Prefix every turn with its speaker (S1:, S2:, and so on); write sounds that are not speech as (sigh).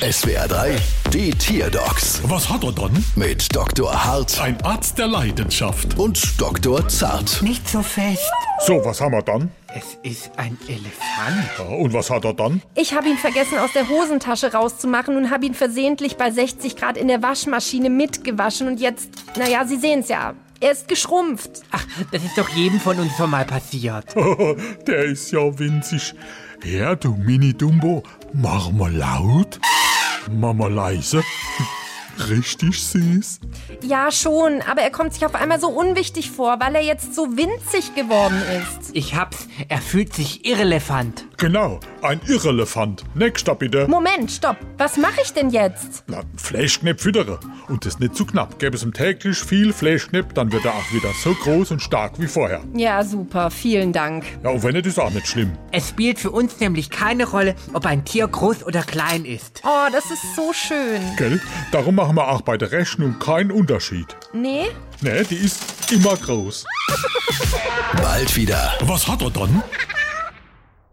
S1: SWR 3, die Tierdocs
S2: Was hat er dann?
S1: mit Dr. Hart
S2: Ein Arzt der Leidenschaft.
S1: und Dr. Zart.
S3: Nicht so fest.
S2: So, was haben wir dann?
S3: Es ist ein Elefant.
S2: Ja, Und was hat er dann? (laughs)
S4: Ich habe ihn vergessen aus der Hosentasche rauszumachen und habe ihn versehentlich bei 60 Grad in der Waschmaschine mitgewaschen und jetzt, naja, Sie sehen es ja. Er ist geschrumpft.
S3: Ach, das ist doch jedem von uns schon mal passiert.
S2: Der ist ja winzig. Ja, du Mini-Dumbo, mach mal laut, mach mal leise. (laughs) Richtig süß.
S4: Ja, schon, aber er kommt sich auf einmal so unwichtig vor, weil er jetzt so winzig geworden ist.
S3: Ich hab's, er fühlt sich irrelevant.
S2: Genau, ein Irrelefant. Nächster bitte.
S4: Moment, stopp. Was mache ich denn jetzt?
S2: Na, Fleischknepp füttere. Und das nicht zu knapp. Gäbe es ihm täglich viel Fleischknepp, dann wird er auch wieder so groß und stark wie vorher.
S4: Ja, super, vielen Dank.
S2: Ja, und wenn nicht, ist auch nicht schlimm.
S3: Es spielt für uns nämlich keine Rolle, ob ein Tier groß oder klein ist.
S4: Oh, das ist so schön.
S2: Gell? Darum machen wir auch bei der Rechnung keinen Unterschied.
S4: Nee?
S2: Ne, die ist immer groß.
S1: Bald wieder.
S2: Was hat er dann?